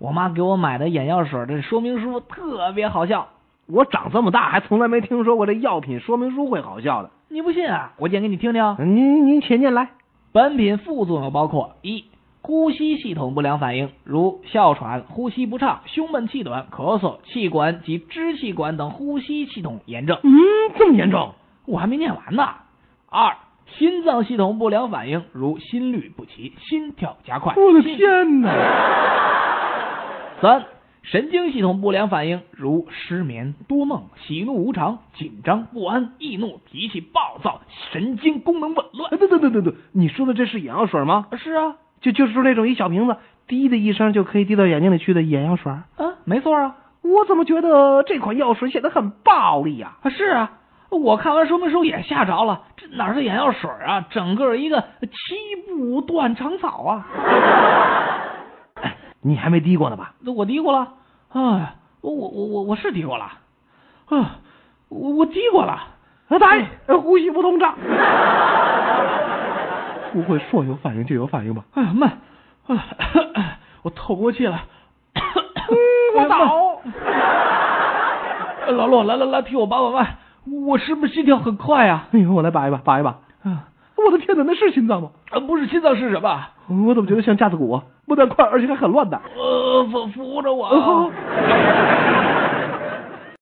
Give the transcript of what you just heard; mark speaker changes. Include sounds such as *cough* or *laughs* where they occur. Speaker 1: 我妈给我买的眼药水的说明书特别好笑，
Speaker 2: 我长这么大还从来没听说过这药品说明书会好笑的。
Speaker 1: 你不信啊？我念给你听听。
Speaker 2: 您您且念来。
Speaker 1: 本品副作用包括：一、呼吸系统不良反应，如哮喘、呼吸不畅、胸闷气短、咳嗽、气管及支气管等呼吸系统炎症。
Speaker 2: 嗯，这么严重？
Speaker 1: 我还没念完呢。二、心脏系统不良反应，如心律不齐、心跳加快。
Speaker 2: 我的
Speaker 1: 心！
Speaker 2: 天哪！
Speaker 1: 三、神经系统不良反应，如失眠、多梦、喜怒无常、紧张不安、易怒、脾气暴躁、神经功能紊乱
Speaker 2: 哎，。对对对对对，你说的这是眼药水吗？
Speaker 1: 是啊，
Speaker 2: 就就是那种一小瓶子，滴的一声就可以滴到眼睛里去的眼药水。
Speaker 1: 啊，没错啊。
Speaker 2: 我怎么觉得这款药水显得很暴力呀、
Speaker 1: 啊，是啊，我看完说明书也吓着了，这哪是眼药水啊，整个一个七步断肠草啊！
Speaker 2: 你还没滴过呢吧？
Speaker 1: 那我嘀咕了，哎，我我我我我是嘀咕了，啊，我我嘀咕了，
Speaker 2: 啊，大爷，呃呼吸不通 *laughs* 畅。不会说有反应就有反应吧？
Speaker 1: 哎呀慢，啊，我透不过气来，
Speaker 2: 嗯我倒。
Speaker 1: 老陆来来来替我把把脉，我是不是心跳很快啊呀、
Speaker 2: 哎呦，我来把一把，把一把。
Speaker 1: 啊？
Speaker 2: 我的天哪，那是心脏吗？
Speaker 1: 啊，不是心脏是什么？
Speaker 2: 我怎么觉得像架子鼓啊？不但快，而且还很乱的。
Speaker 1: 呃，扶扶着我
Speaker 2: 哦
Speaker 1: 啊。